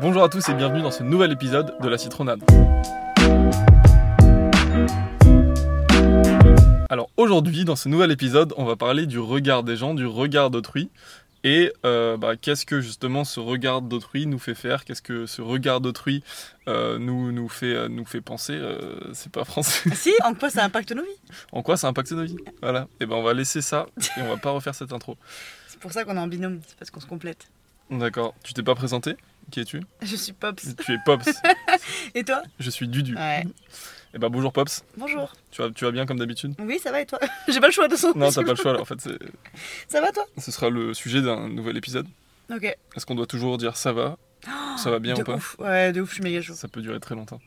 Bonjour à tous et bienvenue dans ce nouvel épisode de La Citronade. Alors aujourd'hui, dans ce nouvel épisode, on va parler du regard des gens, du regard d'autrui. Et euh, bah, qu'est-ce que justement ce regard d'autrui nous fait faire Qu'est-ce que ce regard d'autrui euh, nous, nous, fait, nous fait penser Euh, C'est pas français. Si, en quoi ça impacte nos vies En quoi ça impacte nos vies Voilà. Et ben on va laisser ça et on va pas refaire cette intro. C'est pour ça qu'on est en binôme, c'est parce qu'on se complète. D'accord. Tu t'es pas présenté Qui es-tu Je suis Pops. Tu es Pops. Et toi Je suis Dudu. Ouais. Et ben bonjour Pops. Bonjour. Tu vas, tu vas bien comme d'habitude Oui, ça va et toi J'ai pas le choix de son. Non, t'as pas le choix là. En fait, c'est- Ça va toi ce sera le sujet d'un nouvel épisode. Ok. Est-ce qu'on doit toujours dire ça va Ça va bien de ou pas ouf. Ouais, de ouf, je suis méga chaud. Ça peut durer très longtemps.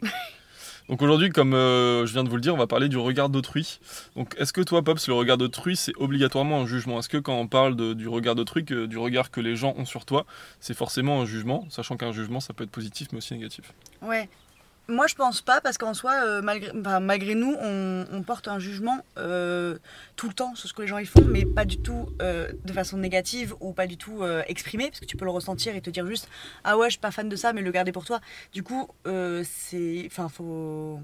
Donc aujourd'hui, comme euh, je viens de vous le dire, on va parler du regard d'autrui. Donc est-ce que toi, Pops, le regard d'autrui, c'est obligatoirement un jugement Est-ce que quand on parle de- du regard d'autrui, que- du regard que les gens ont sur toi, c'est forcément un jugement, sachant qu'un jugement, ça peut être positif mais aussi négatif Ouais. Moi, je pense pas parce qu'en soi, euh, malgré, enfin, malgré nous, on, on porte un jugement euh, tout le temps sur ce que les gens ils font, mais pas du tout euh, de façon négative ou pas du tout euh, exprimée, parce que tu peux le ressentir et te dire juste ah ouais, je suis pas fan de ça, mais le garder pour toi. Du coup, euh, c'est, enfin, faut,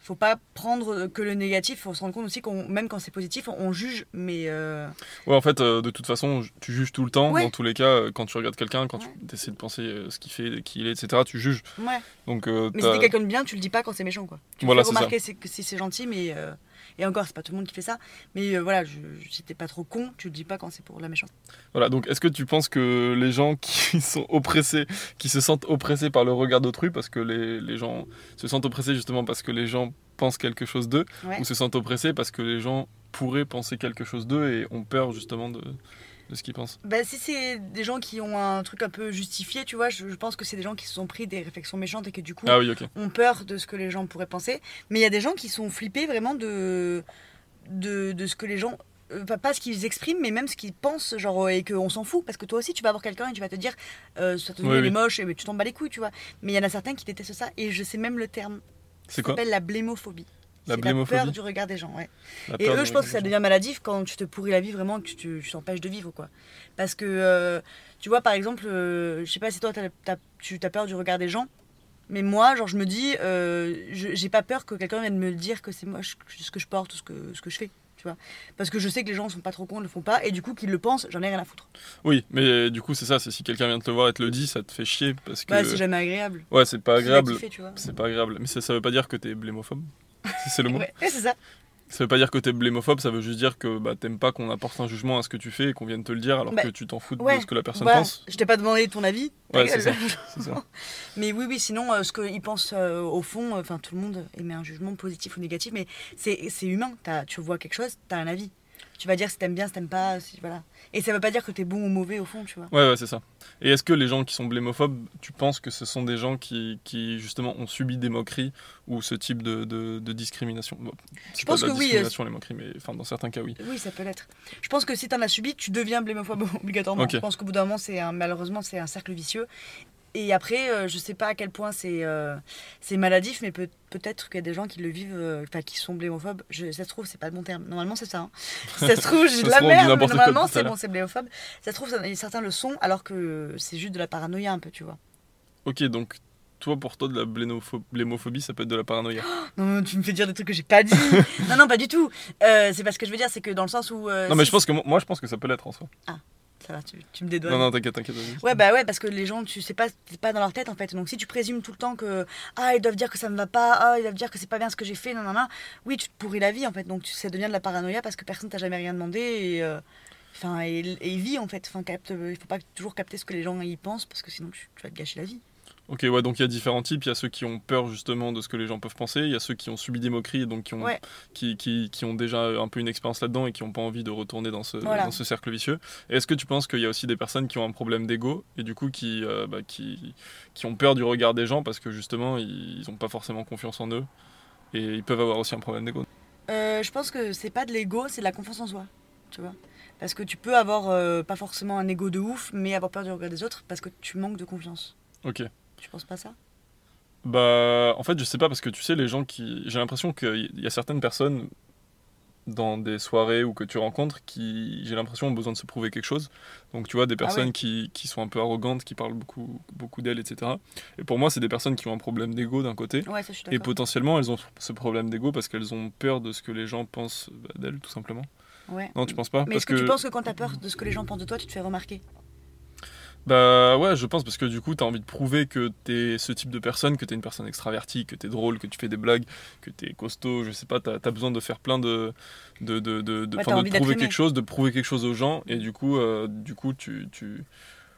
faut pas prendre que le négatif. Faut se rendre compte aussi qu'on, même quand c'est positif, on, on juge, mais euh, Ouais, en fait, euh, de toute façon, j- tu juges tout le temps, Ouais. dans tous les cas, euh, quand tu regardes quelqu'un, quand Ouais. tu essaies de penser euh, ce qu'il fait, qui il est, etc., tu juges. ouais. Donc, euh, Mais t'as- si t'es quelqu'un de bien, tu le dis pas quand c'est méchant, quoi. Tu Voilà, peux c'est ça. remarquer si, si c'est gentil, mais. euh, et encore, c'est pas tout le monde qui fait ça. Mais euh, voilà, je, je- si t'es pas trop con, tu le dis pas quand c'est pour la méchante. Voilà, donc est-ce que tu penses que les gens qui sont oppressés, qui se sentent oppressés par le regard d'autrui, parce que les, les gens se sentent oppressés justement parce que les gens pensent quelque chose d'eux, Ouais. ou se sentent oppressés parce que les gens pourraient penser quelque chose d'eux et ont peur justement de, de ce qu'ils pensent Bah, si c'est des gens qui ont un truc un peu justifié, tu vois, je, je pense que c'est des gens qui se sont pris des réflexions méchantes et qui du coup Ah oui, ok. ont peur de ce que les gens pourraient penser. Mais il y a des gens qui sont flippés vraiment de, de, de ce que les gens. euh, pas- pas ce qu'ils expriment, mais même ce qu'ils pensent, genre, et qu'on s'en fout. Parce que toi aussi, tu vas voir quelqu'un et tu vas te dire, euh, cette tenue, Oui, elle oui. est moche, et mais tu t'en bats les couilles, tu vois. Mais il y en a certains qui détestent ça, et je sais même le terme. C'est Ça quoi s'appelle la blémophobie. La C'est blémophobie la peur du regard des gens, ouais. La Et peur eux, de- je pense que ça devient maladif quand tu te pourris la vie vraiment, que tu- tu tu t'empêches de vivre, quoi. Parce que, euh, tu vois, par exemple, euh, je sais pas si toi, t'as- t'as- tu as peur du regard des gens, mais moi, genre, je me dis, euh, je- j'ai pas peur que quelqu'un vienne me le dire que c'est moche que- ce que je porte ou ce que, ce que je fais, tu vois. Parce que je sais que les gens sont pas trop cons, ne le font pas, et du coup, qu'ils le pensent, j'en ai rien à foutre. Oui, mais du coup, c'est ça, c'est si quelqu'un vient te le voir et te le dit, ça te fait chier parce que. Bah, c'est jamais agréable. ouais, c'est pas C'est agréable. kiffé, tu vois. C'est pas agréable. Mais ça, ça veut pas dire que t'es blémophobe. Si c'est le mot. Ouais, ouais, c'est ça. Ça veut pas dire que t'es blémophobe, ça veut juste dire que bah, t'aimes pas qu'on apporte un jugement à ce que tu fais et qu'on vienne te le dire alors Bah, que tu t'en fous ouais, de ce que la personne Voilà. pense. Je t'ai pas demandé ton avis. ta Ouais, c'est gueule. ça. C'est ça. Mais oui, oui, sinon, euh, ce qu'ils pensent euh, au fond, enfin, tout le monde émet un jugement positif ou négatif, mais c'est c'est humain. T'as- tu vois quelque chose, t'as un avis. Tu vas dire si t'aimes bien, si t'aimes pas, si, voilà. Et ça veut pas dire que t'es bon ou mauvais au fond, tu vois. Ouais, ouais, c'est ça. Et est-ce que les gens qui sont blémophobes, tu penses que ce sont des gens qui, qui justement ont subi des moqueries ou ce type de, de, de discrimination Bon, c'est Je pas pense de la que oui, euh, discrimination, les moqueries, mais enfin, dans certains cas, oui. Oui, ça peut l'être. Je pense que si t'en as subi, tu deviens blémophobe obligatoirement. Ok. Je pense qu'au bout d'un moment, c'est un- malheureusement, c'est un cercle vicieux. Et après, euh, je sais pas à quel point c'est euh, c'est maladif, mais peut- peut-être qu'il y a des gens qui le vivent, euh, enfin qui sont blémophobes. Je, ça se trouve, c'est pas le bon terme. Normalement, c'est ça. hein. Si ça se trouve, Ça j'ai se de la trouve, on dit merde, mais n'importe quoi normalement, tout à c'est l'heure. bon, c'est blémophobe. Ça se trouve, ça- certains le sont, alors que c'est juste de la paranoïa un peu, tu vois. Ok, donc toi, pour toi, de la blénopho- blémophobie, ça peut être de la paranoïa. Non, non, tu me fais dire des trucs que j'ai pas dit. non, non, pas du tout. Euh, c'est parce que je veux dire, c'est que dans le sens où. euh, non, mais si- je pense que moi, moi, je pense que ça peut l'être en soi. Ça va, tu, tu me dédouanes. Non, non, t'inquiète, t'inquiète. vas-y. Ouais, bah ouais, parce que les gens, tu sais pas, c'est pas dans leur tête en fait. Donc si tu présumes tout le temps que ah, ils doivent dire que ça me va pas, ah, ils doivent dire que c'est pas bien ce que j'ai fait, non, non, non, oui, tu te pourris la vie en fait. Donc tu, ça devient de la paranoïa parce que personne t'a jamais rien demandé et. euh, Enfin, et, et vit en fait. Enfin, capte, euh, il faut pas toujours capter ce que les gens y pensent parce que sinon tu, tu vas te gâcher la vie. Ok, ouais, donc il y a différents types. Il y a ceux qui ont peur justement de ce que les gens peuvent penser. Il y a ceux qui ont subi des moqueries et donc qui ont, Ouais. qui, qui- qui ont déjà un peu une expérience là-dedans et qui n'ont pas envie de retourner dans ce, Voilà. dans ce cercle vicieux. Et Est-ce que tu penses qu'il y a aussi des personnes qui ont un problème d'ego et du coup qui, euh, bah, qui, qui ont peur du regard des gens parce que justement ils n'ont pas forcément confiance en eux et ils peuvent avoir aussi un problème d'ego Euh, je pense que c'est pas de l'ego, c'est de la confiance en soi, tu vois. Parce que tu peux avoir euh, pas forcément un ego de ouf, mais avoir peur du regard des autres parce que tu manques de confiance. Ok. Tu penses pas ça Bah, en fait, je sais pas parce que tu sais, les gens qui. J'ai l'impression qu'il y a certaines personnes dans des soirées ou que tu rencontres qui, j'ai l'impression, ont besoin de se prouver quelque chose. Donc tu vois, des personnes Ah ouais. qui, qui sont un peu arrogantes, qui parlent beaucoup, beaucoup d'elles, etc. Et pour moi, c'est des personnes qui ont un problème d'ego d'un côté. Ouais, ça, je suis Et d'accord. potentiellement, elles ont ce problème d'ego parce qu'elles ont peur de ce que les gens pensent bah, d'elles, tout simplement. Ouais. Non, tu penses pas Mais Hein, Parce est-ce que, tu penses que quand t'as peur de ce que les gens pensent de toi, tu te fais remarquer Bah ouais, je pense parce que du coup, t'as envie de prouver que t'es ce type de personne, que t'es une personne extravertie, que t'es drôle, que tu fais des blagues, que t'es costaud, je sais pas, t'as as besoin de faire plein de. de, de, de, de- Ouais, enfin, t'as de envie d'être prouver aimé. quelque chose, de prouver quelque chose aux gens, et du coup, euh, du coup tu. tu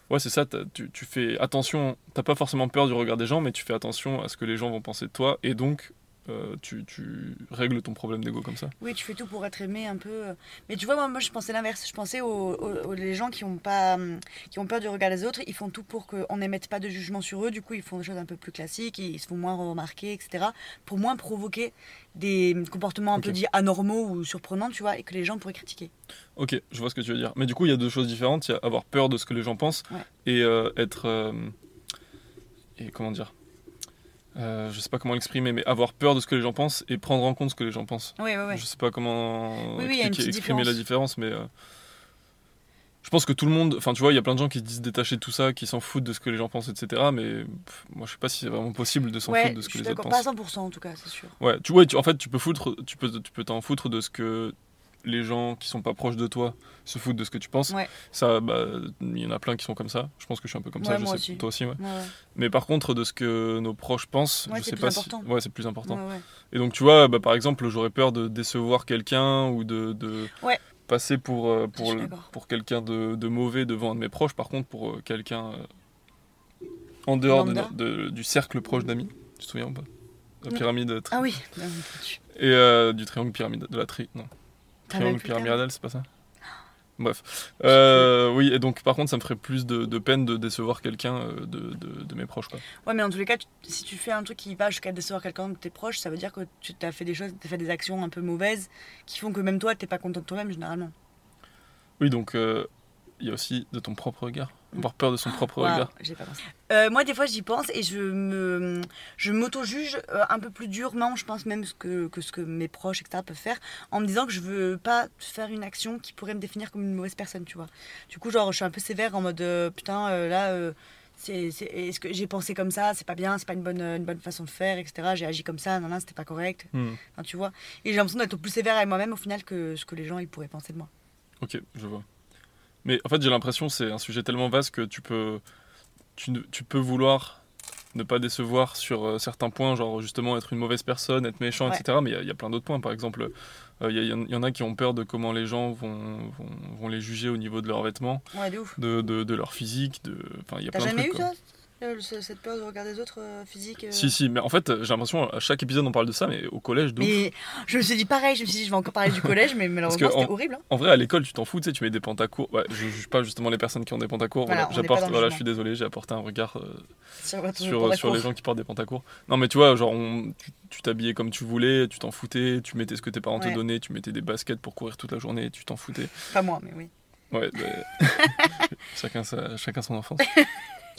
ouais, c'est ça, t'as- tu, tu fais attention, t'as pas forcément peur du regard des gens, mais tu fais attention à ce que les gens vont penser de toi, et donc. euh, tu, tu règles ton problème d'ego comme ça. Oui, tu fais tout pour être aimé un peu. euh. Mais tu vois, moi, moi je pensais l'inverse. Je pensais aux, aux- aux- les gens qui ont, pas, hum, qui ont peur du regard des autres. Ils font tout pour qu'on n'émette pas de jugement sur eux. Du coup, ils font des choses un peu plus classiques. Ils se font moins remarquer, etc. Pour moins provoquer des comportements un peu Ok. dits anormaux ou surprenants, tu vois, et que les gens pourraient critiquer. Ok, je vois ce que tu veux dire. Mais du coup, il y a deux choses différentes. Il y a avoir peur de ce que les gens pensent Ouais. et euh, être... euh, et comment dire Euh, Je sais pas comment l'exprimer, mais avoir peur de ce que les gens pensent et prendre en compte ce que les gens pensent. Oui, oui, oui. Je sais pas comment Oui, oui, il y a une expliquer- petite exprimer la différence, mais... euh, je pense que tout le monde, enfin tu vois, il y a plein de gens qui se disent détachés de tout ça, qui s'en foutent de ce que les gens pensent, etc. Mais pff, moi je sais pas si c'est vraiment possible de s'en Ouais, foutre de ce je que suis les autres d'accord. pensent. Pas à 100% en tout cas, c'est sûr. Ouais, tu vois, tu, en fait, tu peux foutre, tu peux, tu peux t'en foutre de ce que les gens qui sont pas proches de toi se foutent de ce que tu penses. Ouais. Ça, bah, il y en a plein qui sont comme ça. Je pense que je suis un peu comme ça. Ouais, Je moi sais, aussi. Toi aussi, ouais. Ouais, ouais. Mais par contre, de ce que nos proches pensent, Ouais, je c'est sais plus pas important. si. Ouais, c'est plus important. Ouais, ouais. Et donc, tu vois, bah, par exemple, j'aurais peur de décevoir quelqu'un ou de, de Ouais. passer pour, euh, pour, suis le- d'accord. pour quelqu'un de, de mauvais devant un de mes proches. Par contre, pour euh, quelqu'un euh, en dehors de- Lambda. de- du cercle proche d'amis, tu te souviens ou pas La Non. pyramide Ah oui. Non, et euh, du triangle pyramidal. De la tri... Non, t'as triangle même plus le terme. pyramidal, c'est pas ça Bref. Euh, oui, et donc par contre, ça me ferait plus de, de peine de décevoir quelqu'un euh, de, de- de mes proches. Quoi. Ouais, mais dans tous les cas, tu- si tu fais un truc qui va jusqu'à décevoir quelqu'un de tes proches, ça veut dire que tu t'as fait des choses, t'as fait des actions un peu mauvaises qui font que même toi, t'es pas content de toi-même généralement. Oui, donc euh, il y a aussi de ton propre regard. Avoir peur de son propre Waouh, regard. j'ai pas pensé. Euh, moi, des fois, j'y pense et je me, je m'auto-juge euh, un peu plus durement, je pense même ce que, que ce que mes proches, etc., peuvent faire, en me disant que je veux pas faire une action qui pourrait me définir comme une mauvaise personne, tu vois. Du coup, genre, je suis un peu sévère en mode euh, putain, euh, là. euh, c'est- c'est- Est-ce que j'ai pensé comme ça C'est pas bien, c'est pas une bonne, euh, une bonne façon de faire, etc. J'ai agi comme ça, non, non, c'était pas correct. Hmm, Enfin, tu vois. Et j'ai l'impression d'être plus sévère avec moi-même au final que ce que les gens ils pourraient penser de moi. Ok, je vois. Mais en fait, j'ai l'impression que c'est un sujet tellement vaste que tu peux, tu, ne- tu peux vouloir ne pas décevoir sur euh, certains points, genre justement être une mauvaise personne, être méchant, Ouais. etc. Mais il y a- il y, a plein d'autres points. Par exemple, euh, il y, a- il y en- il y en a qui ont peur de comment les gens vont, vont, vont les juger au niveau de leurs vêtements, Ouais, de ouf. de, de, de leur physique. De... Enfin, il y a T'as plein de jamais trucs. eu quoi. ça le- le- ce- Cette peur de regarder les autres euh, physiques euh, Si, si, mais en fait, euh, j'ai l'impression, à chaque épisode, on parle de ça, mais au collège, de ouf. Mais je me suis dit pareil, je me suis dit je vais encore parler du collège, mais malheureusement que c'était en- horrible. hein. En vrai, à l'école, tu t'en fous, tu sais, tu mets des pantacours. Ouais, je juge pas justement les personnes qui ont des pantacours. Voilà, Voilà, on n'est pas j'apporte, dans le voilà, jugement. je suis désolé, j'ai apporté un regard euh, Sur, votre- sur, pour sur les la cour. gens qui portent des pantacours. Non, mais tu vois, genre, on- tu- tu t'habillais comme tu voulais, tu t'en foutais, tu mettais ce que tes parents Ouais. te donnaient, tu mettais des baskets pour courir toute la journée, tu t'en foutais. Pas moi, mais oui. Ouais, mais- chacun, sa- chacun son enfance.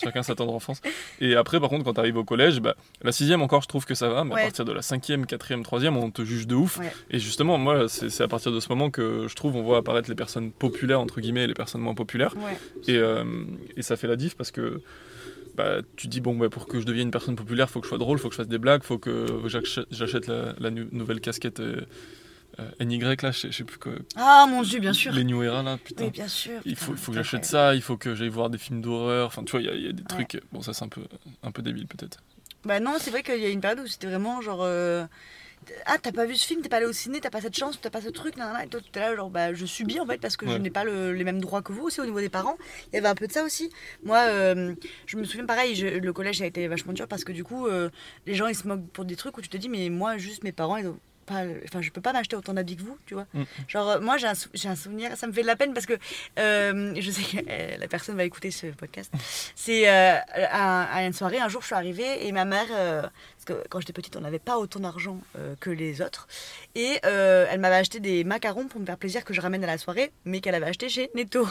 Chacun sa tendre enfance. Et après, par contre, quand t'arrives au collège, bah, la sixième encore, je trouve que ça va, mais Ouais. à partir de la cinquième, quatrième, troisième, on te juge de ouf. Ouais. Et justement, moi, c'est c'est à partir de ce moment que je trouve on voit apparaître les personnes populaires, entre guillemets, et les personnes moins populaires. Ouais. Et, euh, et ça fait la diff parce que bah, tu dis, bon, bah, pour que je devienne une personne populaire, faut que je sois drôle, faut que je fasse des blagues, faut que j'ach- j'achète la, la nu- nouvelle casquette euh, euh, NY, là, je sais- je sais plus quoi. Ah mon dieu, bien sûr. Les New Era, là, putain. Oui, bien sûr. Il putain, faut, il faut que c'est j'achète incroyable. ça, il faut que j'aille voir des films d'horreur. Enfin, tu vois, il y a- il y, a des trucs. Bon, ça, c'est un peu, un peu débile, peut-être. Bah non, c'est vrai qu'il y a une période où c'était vraiment genre. euh, Ah, t'as pas vu ce film, t'es pas allé au ciné, t'as pas cette chance, t'as pas ce truc, nanana. Et toi, t'es là, genre, bah, je subis en fait parce que je Ouais. n'ai pas le- les mêmes droits que vous aussi au niveau des parents. Il y avait un peu de ça aussi. Moi, euh, je me souviens pareil, je- le collège ça a été vachement dur parce que du coup, euh, les gens ils se moquent pour des trucs où tu te dis, mais moi, juste mes parents, ils ont pas. le- Enfin, je peux pas m'acheter autant d'habits que vous, tu vois. Mm. Genre, euh, moi, j'ai un, sou- j'ai un souvenir, ça me fait de la peine parce que euh, je sais que euh, la personne va écouter ce podcast. C'est euh, à, à une soirée, un jour, je suis arrivée et ma mère, euh, parce que quand j'étais petite, on n'avait pas autant d'argent euh, que les autres, et euh, elle m'avait acheté des macarons pour me faire plaisir que je ramène à la soirée, mais qu'elle avait acheté chez Netto.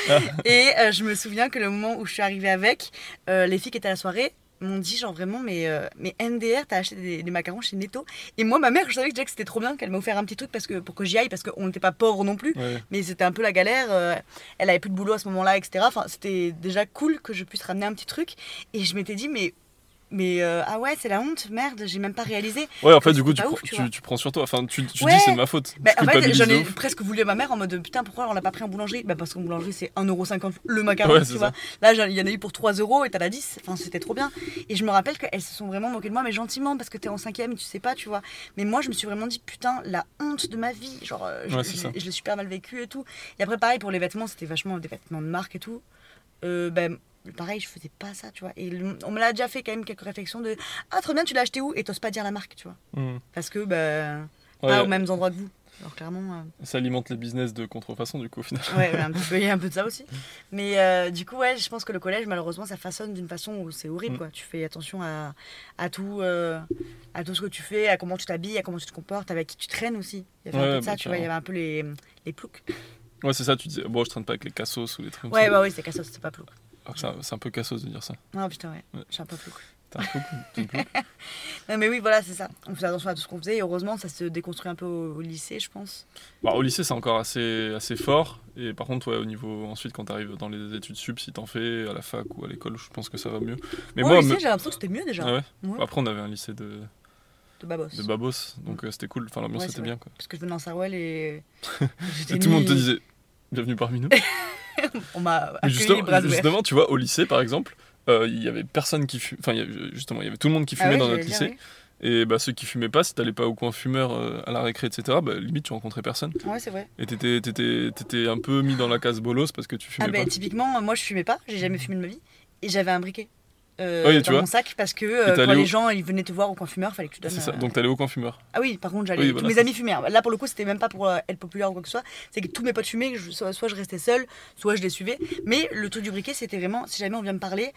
Ah. et euh, je me souviens que le moment où je suis arrivée avec, euh, les filles qui étaient à la soirée, m'ont dit genre vraiment mais, euh, mais NDR t'as acheté des, des macarons chez Netto et moi ma mère je savais déjà que c'était trop bien qu'elle m'a offert un petit truc parce que pour que j'y aille parce qu'on n'était pas pauvres non plus Ouais. mais c'était un peu la galère euh, elle avait plus de boulot à ce moment-là etc enfin c'était déjà cool que je puisse ramener un petit truc et je m'étais dit mais mais euh, ah ouais c'est la honte merde j'ai même pas réalisé Ouais, en fait, Parce du que coup, c'est tu, pas prends- ouf, tu tu, vois. tu prends sur toi. Enfin, tu, tu Ouais. dis c'est de ma faute. Bah, Tu en fait, culpabilises j'en de ai ouf. presque voulu à ma mère en mode putain, pourquoi on l'a pas pris en boulangerie Bah, parce qu'en boulangerie, c'est 1,50€ le macaron, Ouais, tu c'est vois. Là, j'en- il y en a eu pour 3€ et t'en as 10. Enfin, c'était trop bien. Et je me rappelle qu'elles se sont vraiment moquées de moi, mais gentiment, parce que t'es en 5ème et tu sais pas, tu vois. Mais moi, je me suis vraiment dit putain, la honte de ma vie. Genre, euh, je, Ouais, c'est je- ça. je l'ai super mal vécu et tout. Et après, pareil, pour les vêtements, c'était vachement des vêtements de marque et tout. Euh, ben. Pareil, je faisais pas ça, tu vois. Et le- on me l'a déjà fait quand même quelques réflexions de Ah, trop bien, tu l'as acheté où Et t'oses pas dire la marque, tu vois. Hmm. Parce que, ben, Ouais, pas aux mêmes endroits que vous. Alors, clairement. euh, Ça alimente les business de contrefaçon, du coup, au final. Ouais, ouais, un petit peu, il y a un peu de ça aussi. Mais euh, du coup, ouais, je pense que le collège, malheureusement, ça façonne d'une façon où c'est horrible, Mm. quoi. Tu fais attention à, à tout, euh, à tout ce que tu fais, à comment tu t'habilles, à comment tu te comportes, avec qui tu traînes aussi. Il y avait Ouais, un peu de ça, bah, tu vois, il y carrément. avait un peu les, les ploucs. Ouais, c'est ça, tu disais, bon, je traîne pas avec les cassos ou les trucs comme Ouais, ça. bah oui, c'est cassos, c'est pas plouc. Alors que ça- C'est un peu cassos de dire ça. Non, putain, ouais, Ouais. je suis un peu plouc. T'es un peu con, t'es un peu con. Non, mais oui, voilà, c'est ça. On faisait attention à tout ce qu'on faisait, et heureusement, ça se déconstruit un peu au, au lycée, je pense. Bah, au lycée, c'est encore assez, assez fort. Et par contre, ouais, au niveau. Ensuite, quand t'arrives dans les études sup, si t'en fais à la fac ou à l'école, je pense que ça va mieux. Mais Moi, moi. au lycée, me- j'ai l'impression que c'était mieux déjà, Ah ouais Ouais. Après, on avait un lycée de, de babos. de Babos, donc euh, c'était cool. Enfin, l'ambiance Ouais, c'est était vrai. bien, quoi. Parce que je venais en Sarwell et. j'étais Et tout le monde te nulle. disait, bienvenue parmi nous. On m'a Mais accueilli les bras justement, ouverts. justement, tu vois, au lycée, par exemple, euh, il y avait personne qui fumait. Enfin, il y avait- justement, il y avait tout le monde qui Ah fumait ouais, dans j'allais notre dire, lycée. Et bah, ceux qui fumaient pas, si t'allais pas au coin fumeur euh, à la récré, etc., bah, limite, tu rencontrais personne. oui. Ah Ouais, c'est vrai. Et t'étais, t'étais, t'étais un peu mis dans la case bolos parce que tu fumais Ah bah pas. typiquement, moi je fumais pas, j'ai jamais fumé de ma vie, et j'avais un briquet euh, Ah Oui, tu dans vois. mon sac parce que Et euh, t'allais quand les où gens ils venaient te voir au coin fumeur, fallait que tu donnes. C'est ça. euh, Donc t'allais au coin fumeur. Ah oui, par contre j'allais, Oui, tous voilà, mes c'est amis fumaient. Là pour le coup c'était même pas pour euh, être populaire ou quoi que ce soit, c'est que tous mes potes fumaient, que je- soit, soit je restais seule, soit je les suivais, mais le truc du briquet c'était vraiment si jamais on vient me parler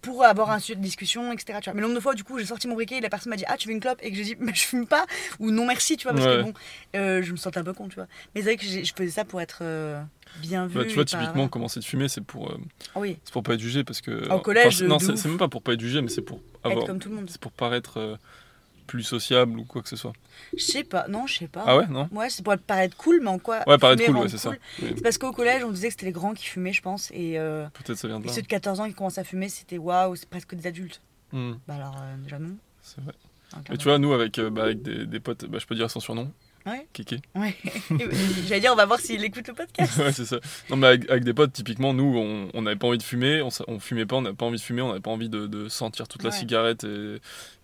pour avoir un sujet de discussion, etc. tu vois. Mais le nombre de fois, du coup, j'ai sorti mon briquet et la personne m'a dit Ah, tu veux une clope Et que j'ai dit Mais je fume pas Ou non, merci, tu vois, parce que Ouais. bon, euh, je me sentais un peu con, tu vois. Mais c'est vrai que j'ai- je faisais ça pour être euh, bien vu. Bah, tu vois, et pas- typiquement, commencer de fumer, c'est pour, euh, Ah oui, c'est pour pas être jugé parce que. Au collège, c'est- non, de c'est, ouf. c'est même pas pour pas être jugé, mais c'est pour avoir. être comme tout le monde. C'est pour paraître euh, plus sociable ou quoi que ce soit. Je sais pas, non, je sais pas. Ah ouais, non Ouais, c'est pour être- paraître cool, mais en quoi Ouais, paraître fumer cool, rend ouais, c'est ça. Oui, C'est parce qu'au collège, on disait que c'était les grands qui fumaient, je pense, et euh, peut-être ça vient de là. ceux de 14 ans qui commençaient à fumer, c'était waouh, c'est presque des adultes. Hmm, Bah alors, euh, déjà non. c'est vrai. hein, Mais clairement. tu vois, nous, avec, euh, bah, avec des, des potes, bah, je peux dire son surnom Ouais. Kéké. Ouais. J'allais dire, on va voir s'il écoute le podcast. ouais, c'est ça. Non, mais avec, avec des potes, typiquement, nous, on on n'avait pas envie de fumer, on, s- on fumait pas, on n'avait pas envie de fumer, on n'avait pas envie de, de sentir toute la Ouais. cigarette et,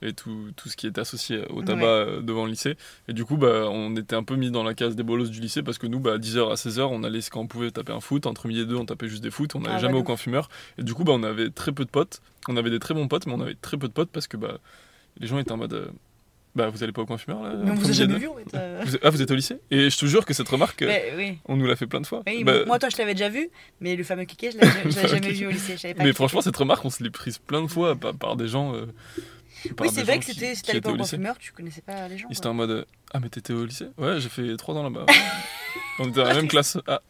et tout, tout ce qui est associé au Ouais. tabac euh, devant le lycée. Et du coup, bah, on était un peu mis dans la case des bolos du lycée parce que nous, bah, à 10h à 16h, on allait quand on pouvait taper un foot. Entre midi et deux, on tapait juste des foot, on n'allait Ah, jamais ouais, au de coin fumeur. Et du coup, bah, on avait très peu de potes. On avait des très bons potes, mais on avait très peu de potes parce que bah, les gens étaient en mode. euh, bah, vous allez pas au coin fumeur là Mais on entre vous a midi et jamais deux vu, en fait. euh. Vous êtes- Ah, vous êtes au lycée Et je te jure que cette remarque, euh, Ouais, oui. on nous l'a fait plein de fois. Oui, Bah, moi, toi, je l'avais déjà vu, mais le fameux kéké, je l'avais je l'avais jamais Kéké. vu au lycée. je savais pas Mais qui franchement, c'était. cette remarque, on se l'est prise plein de fois par, par des gens. euh, par Oui, des c'est vrai gens que qui- c'était, si qui t'allais étaient pas au au coin lycée. fumeur, tu connaissais pas les gens. Ils quoi. étaient en mode euh, Ah, mais t'étais au lycée Ouais, j'ai fait 3 ans là-bas. on était dans la même classe. Ah,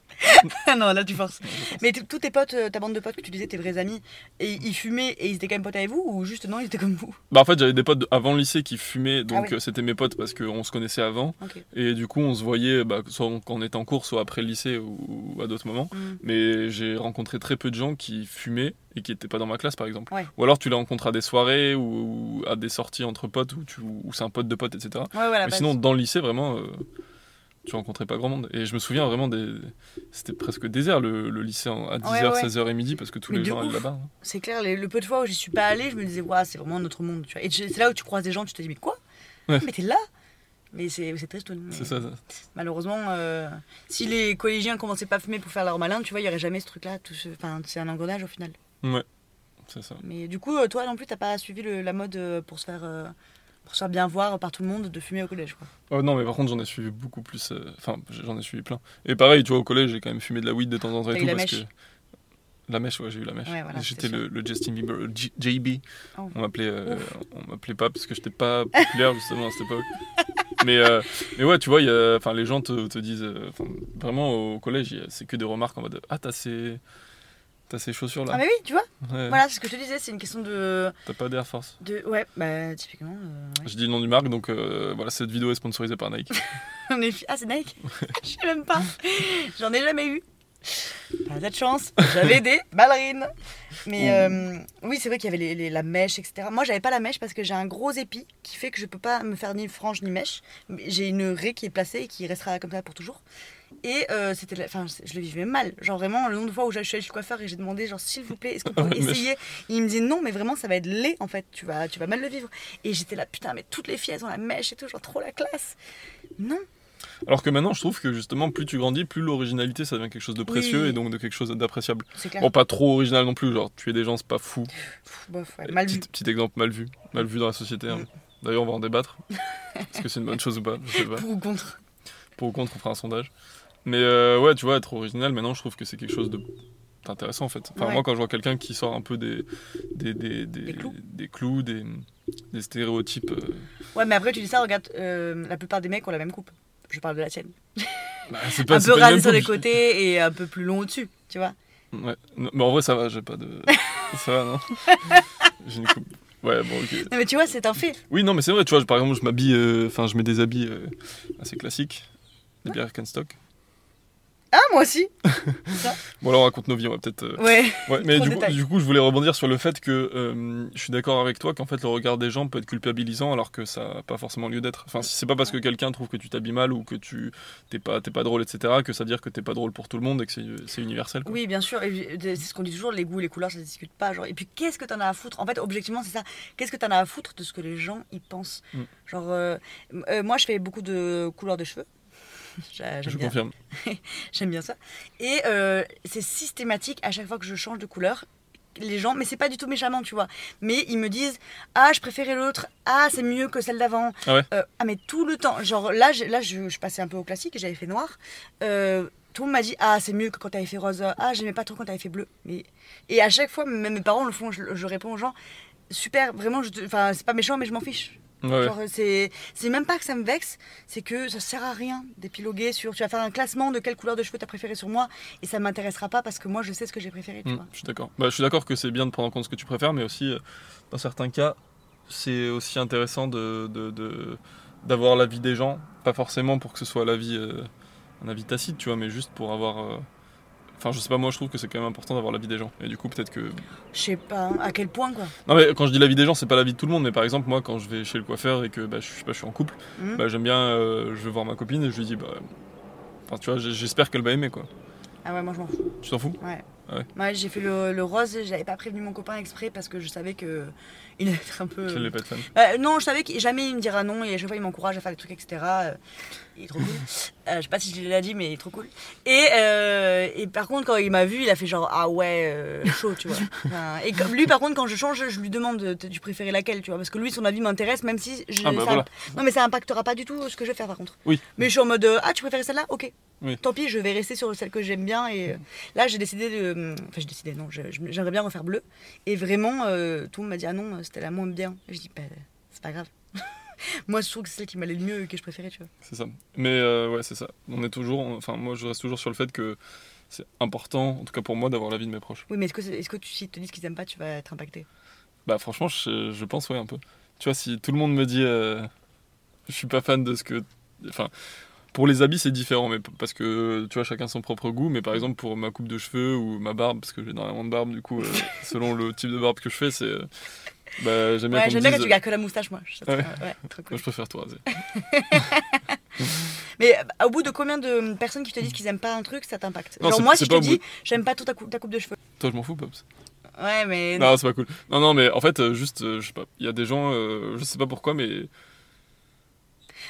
Ah non, là, tu forces. non, je pense. Mais t- tous tes potes, euh, ta bande de potes que tu disais, tes vrais amis, et ils fumaient et ils étaient quand même potes avec vous ou juste non, ils étaient comme vous Bah, en fait, j'avais des potes de- avant le lycée qui fumaient, donc Ah oui. euh, c'était mes potes parce qu'on se connaissait avant. Ok. Et du coup, on se voyait bah, soit on- quand on était en cours, soit après le lycée ou, ou à d'autres moments. Mm. Mais j'ai rencontré très peu de gens qui fumaient et qui n'étaient pas dans ma classe, par exemple. Ouais. Ou alors tu les rencontres à des soirées ou, ou à des sorties entre potes où, tu- où c'est un pote de pote, etc. Ouais, voilà. Mais sinon, dans le lycée, vraiment, euh, tu rencontrais pas grand monde. Et je me souviens vraiment des. C'était presque désert le, le lycée en- à 10h, Ouais, ouais. 16h et midi parce que tous Mais les de gens allaient ouf. là-bas. hein. c'est clair, les- le peu de fois où j'y suis pas allée, je me disais, waouh, c'est vraiment notre monde. Tu vois. Et tu- c'est là où tu croises des gens, tu te dis, mais quoi Ouais. Mais t'es là Mais c'est c'est triste. mais C'est ça. ça. Malheureusement, euh, si les collégiens commençaient pas à fumer pour faire leur malin, tu vois, il y aurait jamais ce truc-là. tout ce- Enfin, c'est un engrenage au final. C'est ça. Mais du coup, euh, toi non plus, t'as pas suivi le- la mode euh, pour se faire. euh, pour se faire bien voir par tout le monde de fumer au collège quoi. Oh non, mais par contre, j'en ai suivi beaucoup plus. euh, Enfin, j'en ai suivi plein. Et pareil, tu vois, au collège, j'ai quand même fumé de la weed de temps en temps T'as et eu tout. la parce mèche que... La mèche, ouais, j'ai eu la mèche. Ouais, voilà, j'étais c'était le, le Justin Bieber, le J- JB. Oh. On m'appelait euh, on m'appelait pas parce que j'étais pas populaire justement à cette époque. Mais, euh, mais ouais, tu vois, il y a- enfin, les gens te, te disent. euh, enfin, Vraiment, au collège, il y a- c'est que des remarques en mode Ah, t'as ces. T'as ces chaussures Ah, là. mais oui, tu vois Ouais. Voilà, c'est ce que je te disais, c'est une question de. T'as pas d'Air Force. de... Ouais, bah, typiquement. euh, ouais. Je dis le nom du marque, donc euh, voilà, cette vidéo est sponsorisée par Nike. On est fi- Ah, c'est Nike Je sais même pas. J'en ai jamais eu. Pas de chance. J'avais des ballerines. Mais Oh. euh, oui, c'est vrai qu'il y avait les- les- la mèche, etc. Moi, j'avais pas la mèche parce que j'ai un gros épi qui fait que je peux pas me faire ni frange ni mèche. Mais J'ai une raie qui est placée et qui restera comme ça pour toujours. Et euh, c'était, la- enfin, je le vivais mal. Genre vraiment, le nombre de fois où je suis allée chez le coiffeur et j'ai demandé, genre, s'il vous plaît, est-ce qu'on peut Ouais, mais- essayer Il me disait non, mais vraiment, ça va être laid en fait. Tu vas, tu vas mal le vivre. Et j'étais là, putain, mais toutes les filles elles ont la mèche et tout, genre trop la classe. Non. Alors que maintenant, je trouve que justement, plus tu grandis, plus l'originalité, ça devient quelque chose de précieux Oui. et donc de quelque chose d'appréciable. C'est clair. Bon, pas trop original non plus, genre tuer des gens, c'est pas fou. Pff, bof, ouais, mal vu. Petit, petit exemple mal vu, mal vu dans la société. hein. Mm. D'ailleurs, on va en débattre. Est-ce que c'est une bonne chose ou pas Je sais pas. Pour ou contre Pour ou contre, on fera un sondage. Mais euh, ouais, tu vois, être original, maintenant, je trouve que c'est quelque chose de d'intéressant en fait. Enfin, Ouais. moi, quand je vois quelqu'un qui sort un peu des, des, des, des- Des clous. des clous, des, des stéréotypes. euh, Ouais, mais après, tu dis ça, regarde, euh, la plupart des mecs ont la même coupe. Je parle de la tienne. bah, c'est Un c'est peu une rasé même sur les coupe. côtés et un peu plus long au-dessus, tu vois. Ouais. Non, mais en vrai, ça va, j'ai pas de. ça va, non J'ai une coupe. Ouais, bon, ok. Non, mais tu vois, c'est un fait. Oui, non, mais c'est vrai, tu vois, je- par exemple, je m'habille. euh, Enfin, je mets des habits euh, assez classiques. Des bières Birkenstock. Ah, moi aussi Bon, alors, on raconte nos vies, on va peut-être. euh, Ouais. Ouais, mais Trop du de coup, détails. du coup, je voulais rebondir sur le fait que euh, je suis d'accord avec toi qu'en fait, le regard des gens peut être culpabilisant alors que ça n'a pas forcément lieu d'être. Enfin, si c'est pas parce que quelqu'un trouve que tu t'habilles mal ou que tu t'es pas, t'es pas drôle, etc., que ça veut dire que t'es pas drôle pour tout le monde et que c'est c'est universel. Quoi. Oui, bien sûr. et puis, euh, C'est ce qu'on dit toujours, les goûts, les couleurs, ça se discute pas. Genre. Et puis, qu'est-ce que t'en as à foutre En fait, objectivement, c'est ça. Qu'est-ce que t'en as à foutre de ce que les gens y pensent Mm. Genre, euh, m- euh, moi, je fais beaucoup de couleurs de cheveux. J'a- je J'aime bien. confirme. J'aime bien ça. Et euh, c'est systématique à chaque fois que je change de couleur. Les gens, mais c'est pas du tout méchamment, tu vois. Mais ils me disent Ah, je préférais l'autre. Ah, c'est mieux que celle d'avant. Ah ouais Euh, ah, mais tout le temps. Genre là, j'ai- là je, je passais un peu au classique et j'avais fait noir. Euh, tout le monde m'a dit Ah, c'est mieux que quand t'avais fait rose. Ah, j'aimais pas trop quand t'avais fait bleu. Mais... Et à chaque fois, même mes parents le font, je, je réponds aux gens Super, vraiment, je te- enfin, c'est pas méchant, mais je m'en fiche. Ouais, ouais. Genre, euh, c'est c'est même pas que ça me vexe, c'est que ça sert à rien d'épiloguer sur tu vas faire un classement de quelle couleur de cheveux t'as préféré sur moi et ça m'intéressera pas parce que moi je sais ce que j'ai préféré, tu Mm, vois. je suis d'accord. Bah, je suis d'accord que c'est bien de prendre en compte ce que tu préfères, mais aussi, euh, dans certains cas, c'est aussi intéressant de, de- de- d'avoir l'avis des gens. Pas forcément pour que ce soit l'avis, euh, un avis tacite, tu vois, mais juste pour avoir. euh, Enfin, je sais pas, moi je trouve que c'est quand même important d'avoir l'avis des gens. Et du coup, peut-être que. Je sais pas hein, à quel point quoi. Non, mais quand je dis l'avis des gens, c'est pas l'avis de tout le monde, mais par exemple, moi quand je vais chez le coiffeur et que bah, je, sais pas, je suis en couple, Hmm. bah, j'aime bien. euh, je vais voir ma copine et je lui dis, bah. Enfin, tu vois, j- j'espère qu'elle va aimer, quoi. Ah ouais, moi je m'en fous. Tu t'en fous Ouais, j'ai fait le, le rose, j'avais pas prévenu mon copain exprès parce que je savais que il allait être un peu. Qu'elle n'est pas de fan. Euh, non, je savais que jamais il me dira non et à chaque fois il m'encourage à faire des trucs, etc. Euh, il est trop cool. Euh, je sais pas si je l'ai déjà dit, mais il est trop cool. Et, euh, et par contre, quand il m'a vu, il a fait genre ah ouais, euh, chaud, tu vois. Enfin, et comme lui, par contre, quand je change, je lui demande euh, tu préférais laquelle, tu vois, parce que lui, son avis m'intéresse, même si je. Ah, bah, ça- voilà. Non, mais ça impactera pas du tout ce que je vais faire par contre. Oui. Mais je suis en mode euh, ah, tu préférais celle-là Ok. Oui. Tant pis, je vais rester sur celle que j'aime bien. Et euh, là, j'ai décidé de. hum, Enfin, j'ai décidé, non, je- je- j'aimerais bien refaire bleu. Et vraiment, euh, tout le monde m'a dit ah non, c'était la moins bien. Et je dis bah, c'est pas grave. Moi, je trouve que c'est celle qui m'allait le mieux et que je préférais, tu vois. C'est ça. Mais euh, ouais, c'est ça. On est toujours. on- Enfin, moi, je reste toujours sur le fait que c'est important, en tout cas pour moi, d'avoir l'avis de mes proches. Oui, mais est-ce que, est-ce que tu, s'ils te disent qu'ils aiment pas, tu vas être impacté Bah, franchement, je, je pense, ouais, un peu. Tu vois, si tout le monde me dit. euh, je suis pas fan de ce que. Enfin. Pour les habits, c'est différent, mais p- parce que tu vois, chacun son propre goût. Mais par exemple, pour ma coupe de cheveux ou ma barbe, parce que j'ai énormément de barbe, du coup, euh, selon le type de barbe que je fais, c'est. euh, bah, j'aime bien Ouais, qu'on me j'aime bien dise, que tu gardes que la moustache, moi. Je- Ouais. Ouais, trop Moi, cool. je préfère toi. raser. Mais euh, au bout de combien de personnes qui te disent qu'ils aiment pas un truc, ça t'impacte Non, Genre, c'est- moi, c'est si je pas te au bout dis, j'aime pas toute ta, cou- ta coupe de cheveux. Toi, je m'en fous, Pops. Ouais, mais. Non, c'est pas cool. Non, non, mais en fait, euh, juste, euh, je sais pas. Il y a des gens, euh, je sais pas pourquoi, mais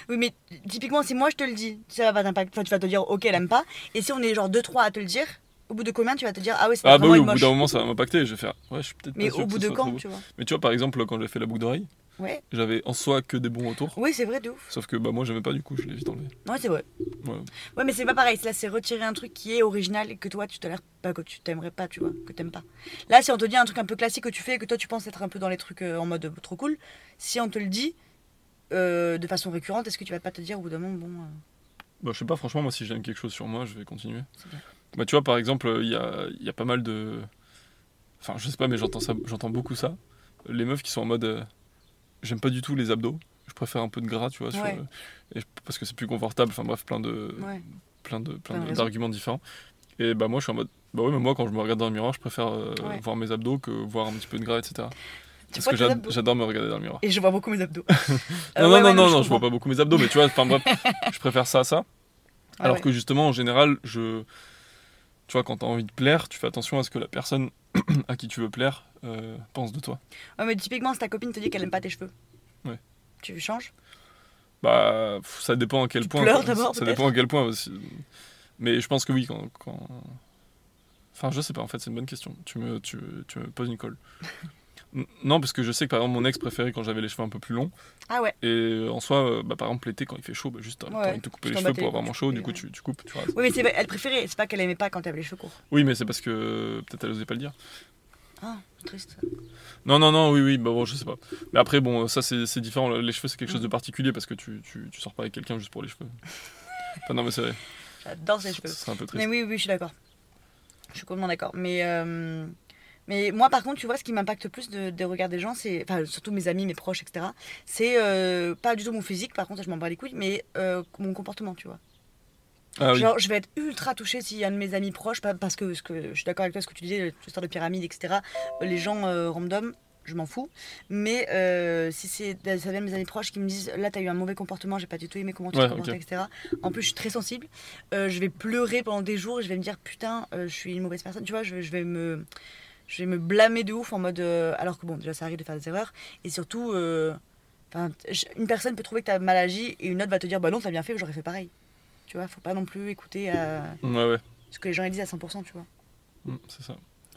Oui, mais typiquement, si moi je te le dis, ça va pas t'impacter. Enfin, tu vas te dire, ok, elle aime pas. Et si on est genre 2-3 à te le dire, au bout de combien tu vas te dire, ah ouais, c'est Ah bah vraiment oui, une au bout moche. d'un moment ça va m'impacter, je vais faire ouais, je suis peut-être pas Mais sûr au que bout ce de soit trop quand, beau. tu vois Mais tu vois par exemple quand j'ai fait la boucle d'oreille, Ouais. j'avais en soi que des bons retours, Oui, c'est vrai, de ouf. sauf que bah moi j'aimais pas du coup, je l'ai vite enlevé. Ouais, c'est vrai. Ouais. Ouais, mais c'est pas pareil. Là, c'est retirer un truc qui est original et que toi, tu tolères pas, que tu t'aimerais pas, tu vois, que t'aimes pas. Là, si on te dit un truc un peu classique que tu fais et que toi, tu penses être un peu dans les trucs euh, en mode euh, trop cool, si on te le dit euh, de façon récurrente, est-ce que tu vas pas te dire au bout d'un moment, bon. euh, Bah je sais pas franchement moi si j'aime quelque chose sur moi, je vais continuer. C'est bien. Bah tu vois par exemple, il y a, il y a pas mal de Enfin, je sais pas, mais j'entends ça, j'entends beaucoup ça. Les meufs qui sont en mode, euh, j'aime pas du tout les abdos. Je préfère un peu de gras, tu vois, sur, Ouais. et je- parce que c'est plus confortable. Enfin bref, plein de, Ouais. plein de, plein T'as de- raison. d'arguments différents. Et bah moi, je suis en mode, bah oui, mais moi quand je me regarde dans le miroir, je préfère euh, Ouais. voir mes abdos que voir un petit peu de gras, etc. Tu parce vois que tes j'ad- abdos j'adore me regarder dans le miroir. Et je vois beaucoup mes abdos. Euh, Non, ouais, non, non, ouais, non, je vois comprends. pas beaucoup mes abdos, mais tu vois, enfin bref, je préfère ça à ça. Ah Alors ouais. que justement, en général, je. Tu vois, quand t'as envie de plaire, tu fais attention à ce que la personne à qui tu veux plaire euh, pense de toi. Ouais, mais typiquement, si ta copine te dit qu'elle aime pas tes cheveux, Ouais. tu changes Bah, pff, ça dépend à quel Tu point. pleures quoi. d'abord, Ça dépend à quel point aussi. Mais je pense que oui, quand. quand- Enfin, je sais pas, en fait, c'est une bonne question. Tu me, tu, tu me poses une colle. N- non, parce que je sais que par exemple, mon ex préféré quand j'avais les cheveux un peu plus longs. Ah ouais. Et euh, en soi, euh, bah, par exemple, l'été, quand il fait chaud, bah, juste t'as t'as Ouais, envie de te couper les tu t'en cheveux bats pour les avoir couilles, moins chaud, du ouais. coup, tu, tu coupes, tu vois. Oui, mais c'est elle préférait. C'est pas qu'elle aimait pas quand t'avais les cheveux courts. Oui, mais c'est parce que euh, peut-être elle osait pas le dire. Ah, c'est triste. ça. Non, non, non, oui, oui, bah bon, je sais pas. Mais après, bon, euh, ça c'est c'est différent. Les cheveux, c'est quelque Mm. chose de particulier parce que tu, tu, tu sors pas avec quelqu'un juste pour les cheveux. Enfin, non, mais c'est vrai. J'adore ses Ce cheveux. serait un peu Mais triste. oui, oui, je suis d'accord. Je suis complètement d'accord. Mais, euh, mais moi, par contre, tu vois, ce qui m'impacte plus de- des regards des gens, c'est, enfin, surtout mes amis, mes proches, etc., c'est euh, pas du tout mon physique, par contre, ça, je m'en bats les couilles, mais euh, mon comportement, tu vois. Ah oui, Genre, je vais être ultra touchée s'il y a un de mes amis proches, pas- parce que, ce que je suis d'accord avec toi, ce que tu disais, cette histoire de pyramide, etc., les gens euh, random. Je m'en fous, mais euh, si c'est ça vient de mes amis proches qui me disent là t'as eu un mauvais comportement, j'ai pas du tout aimé comment tu Ouais, te comportes, ok. etc. En plus je suis très sensible, Euh, je vais pleurer pendant des jours, et je vais me dire putain euh, je suis une mauvaise personne, tu vois, je, vais- je vais me je vais me blâmer de ouf en mode euh, alors que bon déjà ça arrive de faire des erreurs et surtout euh, enfin, t- je- une personne peut trouver que t'as mal agi et une autre va te dire bah non t'as bien fait j'aurais fait pareil, tu vois, faut pas non plus écouter euh, ouais, ouais, ce que les gens ils disent à 100%, tu vois. Mm, c'est ça.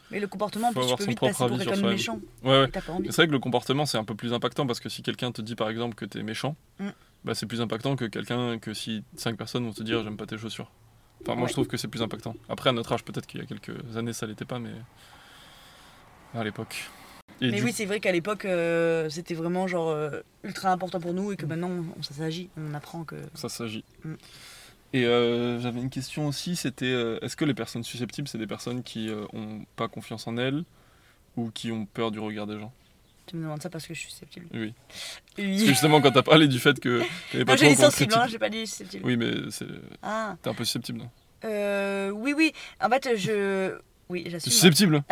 Mais le comportement, en Faut plus, tu avoir peux son vite propre passer pour avis sur quelqu'un de soi-même. méchant Ouais, ouais. et t'as pas envie. Mais c'est vrai que le comportement, c'est un peu plus impactant parce que si quelqu'un te dit par exemple que t'es méchant, Mm. bah c'est plus impactant que quelqu'un que si cinq personnes vont te dire j'aime pas tes chaussures. Enfin, moi Ouais. je trouve que c'est plus impactant. Après, à notre âge, peut-être qu'il y a quelques années, ça l'était pas, mais. À l'époque. Et Mais du oui, c'est vrai qu'à l'époque, euh, c'était vraiment genre euh, ultra important pour nous et que Mm. maintenant, on, ça s'agit, on apprend que. Ça s'agit. Mm. Et euh, j'avais une question aussi, c'était euh, est-ce que les personnes susceptibles, c'est des personnes qui n'ont pas confiance en elles ou qui ont peur du regard des gens Tu me demandes ça parce que je suis susceptible. Oui. Parce que Oui. justement, quand t'as parlé du fait que t'avais Non, pas j'ai trop qu'on te dit sensible, critique- hein, j'ai pas dit susceptible. Oui, mais c'est- Ah, t'es un peu susceptible. non euh, oui, oui. En fait, je. Oui, T'es j'assume. hein. susceptible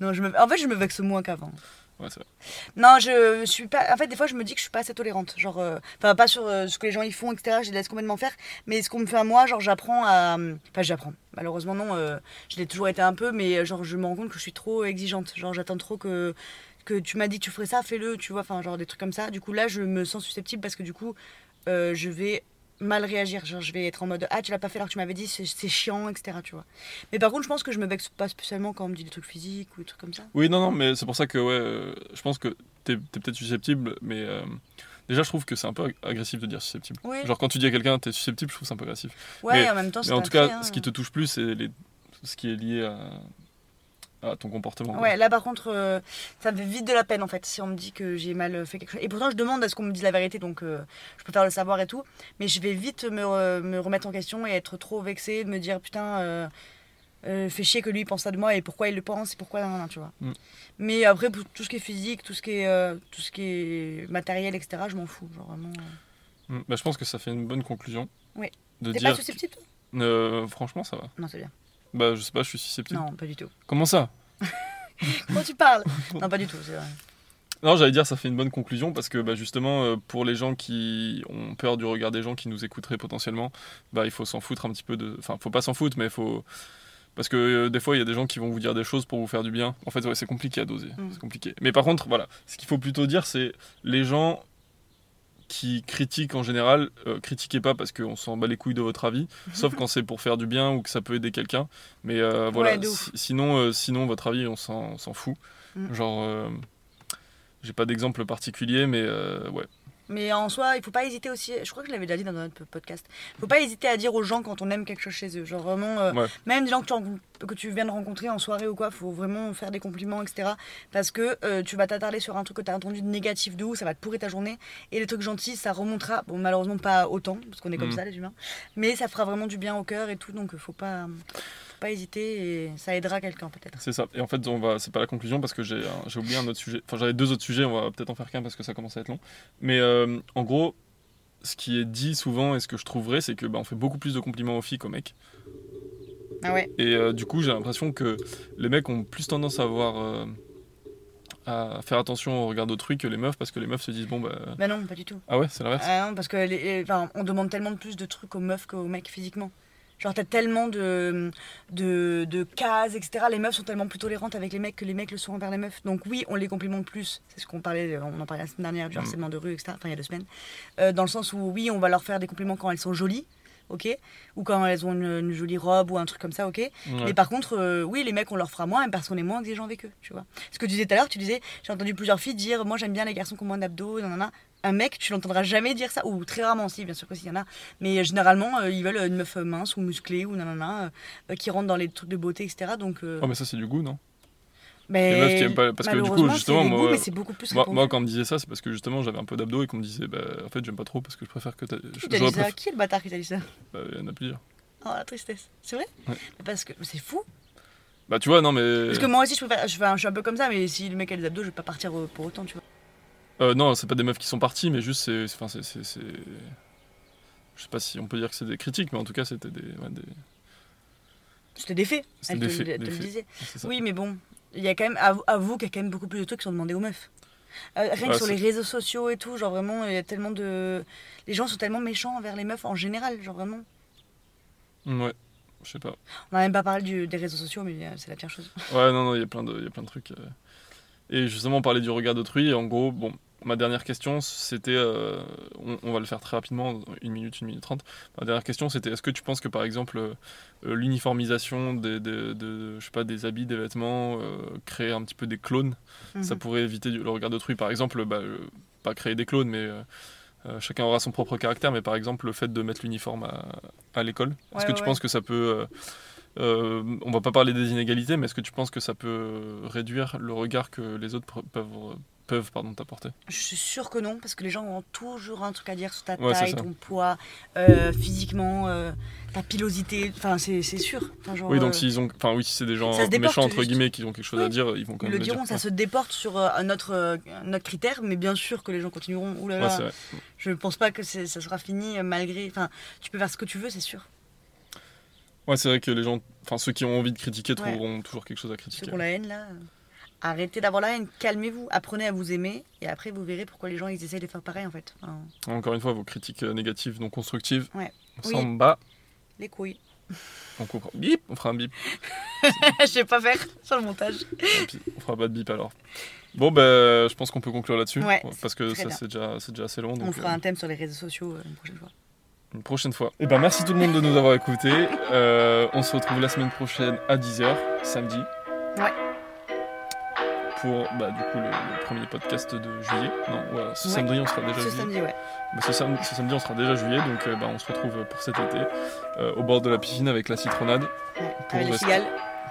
Non, je me... En fait, je me vexe moins qu'avant. Ouais, c'est vrai. Non, je suis pas. En fait, des fois, je me dis que je suis pas assez tolérante. Genre, euh, enfin, pas sur euh, ce que les gens ils font, etc. Je les laisse complètement faire. Mais ce qu'on me fait à moi, genre, j'apprends à. Enfin, j'apprends. Malheureusement, non. euh, je l'ai toujours été un peu, mais euh, genre, je me rends compte que je suis trop exigeante. Genre, j'attends trop que que tu m'as dit que tu ferais ça, fais-le. Tu vois, enfin, genre des trucs comme ça. Du coup, là, je me sens susceptible parce que du coup, euh, je vais mal réagir. Genre, je vais être en mode ah, tu l'as pas fait alors que tu m'avais dit, c'est- c'est chiant, etc. Tu vois. Mais par contre, je pense que je me vexe pas spécialement quand on me dit des trucs physiques ou des trucs comme ça. Oui, non, non, mais c'est pour ça que ouais, euh, je pense que t'es t'es peut-être susceptible, mais euh, déjà, je trouve que c'est un peu ag- agressif de dire susceptible. Oui. Genre, quand tu dis à quelqu'un t'es susceptible, je trouve ça un peu agressif. ouais, mais- en même temps, c'est Mais en un tout cas, trait, hein. ce qui te touche plus, c'est les... ce qui est lié à, à ton comportement. quoi. Ouais, là par contre, euh, ça me fait vite de la peine en fait si on me dit que j'ai mal euh, fait quelque chose. Et pourtant, je demande à ce qu'on me dise la vérité, donc euh, je préfère le savoir et tout. Mais je vais vite me, re- me remettre en question et être trop vexée, de me dire putain, euh, euh, fait chier que lui il pense ça de moi et pourquoi il le pense et pourquoi non, tu vois. Mm. Mais après, pour tout ce qui est physique, tout ce qui est, euh, tout ce qui est matériel, etc., je m'en fous. Genre vraiment. euh. Mm, bah, je pense que ça fait une bonne conclusion. Oui. De T'es pas dire. susceptible toi Euh, franchement, ça va. Non, c'est bien. Bah, je sais pas, je suis susceptible. Non, pas du tout. Comment ça Quand tu parles Non, pas du tout, c'est vrai. Non, j'allais dire, ça fait une bonne conclusion parce que bah, justement, euh, pour les gens qui ont peur du regard des gens qui nous écouteraient potentiellement, bah, il faut s'en foutre un petit peu de. Enfin, faut pas s'en foutre, mais faut. Parce que euh, des fois, il y a des gens qui vont vous dire des choses pour vous faire du bien. En fait, ouais, c'est compliqué à doser. Mm. C'est compliqué. Mais par contre, voilà, ce qu'il faut plutôt dire, c'est les gens qui critiquent en général, euh, critiquez pas parce qu'on s'en bat les couilles de votre avis, sauf quand c'est pour faire du bien ou que ça peut aider quelqu'un. Mais euh, voilà, de si- ouf. sinon, euh, sinon, votre avis, on s'en on s'en fout. Mm. Genre. euh, j'ai pas d'exemple particulier, mais euh, ouais. Mais en soi, il faut pas hésiter aussi. Je crois que je l'avais déjà dit dans notre podcast. Faut pas hésiter à dire aux gens quand on aime quelque chose chez eux. Genre vraiment, euh, Ouais. même des gens que tu rencontres que tu viens de rencontrer en soirée ou quoi, faut vraiment faire des compliments, etc. Parce que euh, tu vas t'attarder sur un truc que t'as entendu de négatif de ouf, ça va te pourrir ta journée. Et les trucs gentils, ça remontera, bon, malheureusement pas autant, parce qu'on est comme Mhm. ça les humains, mais ça fera vraiment du bien au cœur et tout, donc faut pas, faut pas hésiter et ça aidera quelqu'un peut-être. C'est ça. Et en fait, on va. C'est pas la conclusion parce que j'ai un- j'ai oublié un autre sujet. Enfin, j'avais deux autres sujets. On va peut-être en faire qu'un parce que ça commence à être long. Mais euh, en gros, ce qui est dit souvent et ce que je trouverais, c'est que bah, on fait beaucoup plus de compliments aux filles qu'aux mecs. Ah ouais, Et euh, du coup, j'ai l'impression que les mecs ont plus tendance à avoir euh, à faire attention au regard d'autrui que les meufs parce que les meufs se disent bon bah bah non, pas du tout. ah ouais c'est l'inverse. Ah non, parce que les- les- enfin, on demande tellement plus de trucs aux meufs qu'aux mecs physiquement. Genre, t'as tellement de, de, de cases, etc. Les meufs sont tellement plus tolérantes avec les mecs que les mecs le sont envers les meufs. Donc, oui, on les complimente plus. C'est ce qu'on parlait, euh, on en parlait la semaine dernière du Mm. harcèlement de rue, etc. Enfin, il y a deux semaines. Euh, dans le sens où, oui, on va leur faire des compliments quand elles sont jolies, ok Ou quand elles ont une, une jolie robe ou un truc comme ça, ok Ouais. mais par contre, euh, oui, les mecs, on leur fera moins même parce qu'on est moins exigeant avec eux, tu vois. Ce que tu disais tout à l'heure, tu disais, j'ai entendu plusieurs filles dire, moi j'aime bien les garçons qui ont moins d'abdos, nanana. Un mec, tu l'entendras jamais dire ça, ou très rarement, si, bien sûr que s'il y en a. Mais euh, généralement, euh, ils veulent une meuf euh, mince ou musclée ou nanana, euh, euh, qui rentre dans les trucs de beauté, etc. Donc, euh, Oh, mais ça c'est du goût non. mais les meufs qui aiment pas parce que du coup, malheureusement, justement, c'est des moi, goûts, ouais. mais c'est beaucoup plus Moi, répandu. moi, quand on me disait ça c'est parce que justement j'avais un peu d'abdos et qu'on me disait bah en fait j'aime pas trop parce que je préfère que t'a- Qui j'aurais t'a dit ça préféré- Qui est le bâtard qui t'a dit ça Bah, il y en a plusieurs. Oh la tristesse, c'est vrai Ouais. Euh. Parce que c'est fou. Bah tu vois non mais Parce que moi aussi je, peux faire- je, enfin, je suis un peu comme ça, mais si le mec a des abdos, je vais pas partir euh, pour autant, tu vois. Euh, non, c'est pas des meufs qui sont parties, mais juste c'est. c'est- Enfin, c'est. c'est- c'est- Je sais pas si on peut dire que c'est des critiques, mais en tout cas, c'était des. ouais, des- C'était des faits, C'était elle te, des faits, elle te des le faits. disait. c'est ça. Oui, mais bon, il y a quand même, avou- avoue qu'il y a quand même beaucoup plus de trucs qui sont demandés aux meufs. Euh, rien que Ouais, sur c'est- les réseaux sociaux et tout, genre vraiment, il y a tellement de. Les gens sont tellement méchants envers les meufs en général, genre vraiment. Mm, Ouais, je sais pas. On n'a même pas parlé du- des réseaux sociaux, mais euh, c'est la pire chose. Ouais, non, non, il y a plein de, il y a plein de trucs. euh. Et justement, on parlait du regard d'autrui, et en gros, bon, ma dernière question, c'était. euh, on, on va le faire très rapidement, une minute, une minute trente. Ma dernière question, c'était est-ce que tu penses que, par exemple, euh, euh, l'uniformisation des, des- de, je sais pas, des habits, des vêtements, euh, créer un petit peu des clones ça Mhm. pourrait éviter du- le regard d'autrui. Par exemple, bah, euh, pas créer des clones, mais euh, euh, chacun aura son propre caractère. Mais par exemple, le fait de mettre l'uniforme à, à l'école, est-ce Ouais, que ouais, tu ouais. penses que ça peut. euh, euh, on va pas parler des inégalités, mais est-ce que tu penses que ça peut euh, réduire le regard que les autres pre- peuvent, peuvent pardon, t'apporter Je suis sûre que non, parce que les gens ont toujours un truc à dire sur ta Ouais, c'est taille, ça. ton poids, euh, physiquement, euh, ta pilosité, enfin c'est c'est sûr. Enfin, genre, Oui, donc euh, s'ils ont, enfin oui, si c'est des gens ça se déporte, méchants entre juste. guillemets qui ont quelque chose à Oui. dire, ils vont quand Ils même le le dire. diront, ça Ouais. se déporte sur euh, notre, euh, notre critère, mais bien sûr que les gens continueront. Ouh là Ouais, là, c'est vrai. Je pense pas que c'est- ça sera fini euh, malgré. Enfin, tu peux faire ce que tu veux, c'est sûr. Ouais, c'est vrai que les gens, enfin ceux qui ont envie de critiquer Ouais. trouveront toujours quelque chose à Ceux critiquer. qui ont la haine, là. euh, Arrêtez d'avoir la haine, calmez-vous, apprenez à vous aimer, et après vous verrez pourquoi les gens ils essayent de faire pareil en fait. Enfin, Encore une fois, vos critiques euh, négatives, non constructives, Ouais. on Oui. s'en bat. les couilles. On comprend. Bip On fera un bip. Je sais pas faire sur le montage. Tant pis, on fera pas de bip alors. Bon, ben, je pense qu'on peut conclure là-dessus. Ouais, parce que très ça, bien. c'est déjà, c'est déjà assez long. On Donc, fera euh, un thème sur les réseaux sociaux euh, une prochaine fois. une prochaine fois. Et ben, merci tout le monde de nous avoir écoutés. Euh, on se retrouve la semaine prochaine à 10h, samedi. Ouais. Pour, bah, du coup, le, le premier podcast de juillet. Non, voilà, ce Ouais. samedi, on sera déjà Ce juillet. samedi, ouais. Bah, ce, sam- ce samedi, on sera déjà juillet. Donc, euh, bah, on se retrouve pour cet été euh, au bord de la piscine avec la citronade Ouais, Pour Avec les rester- cigales.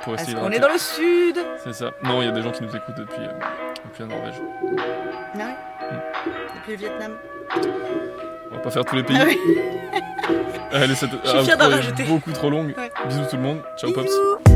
pour Parce essayer qu'on est de- dans le sud. C'est ça. Non, il y a des gens qui nous écoutent depuis, euh, depuis la Norvège. Ah ouais. Mm. Depuis le Vietnam. On va pas faire tous les pays. Ah oui. Allez, cette Je suis fière d'en intro est rajouter. beaucoup trop longue. Ouais. Bisous tout le monde. Ciao Pops. Bisous.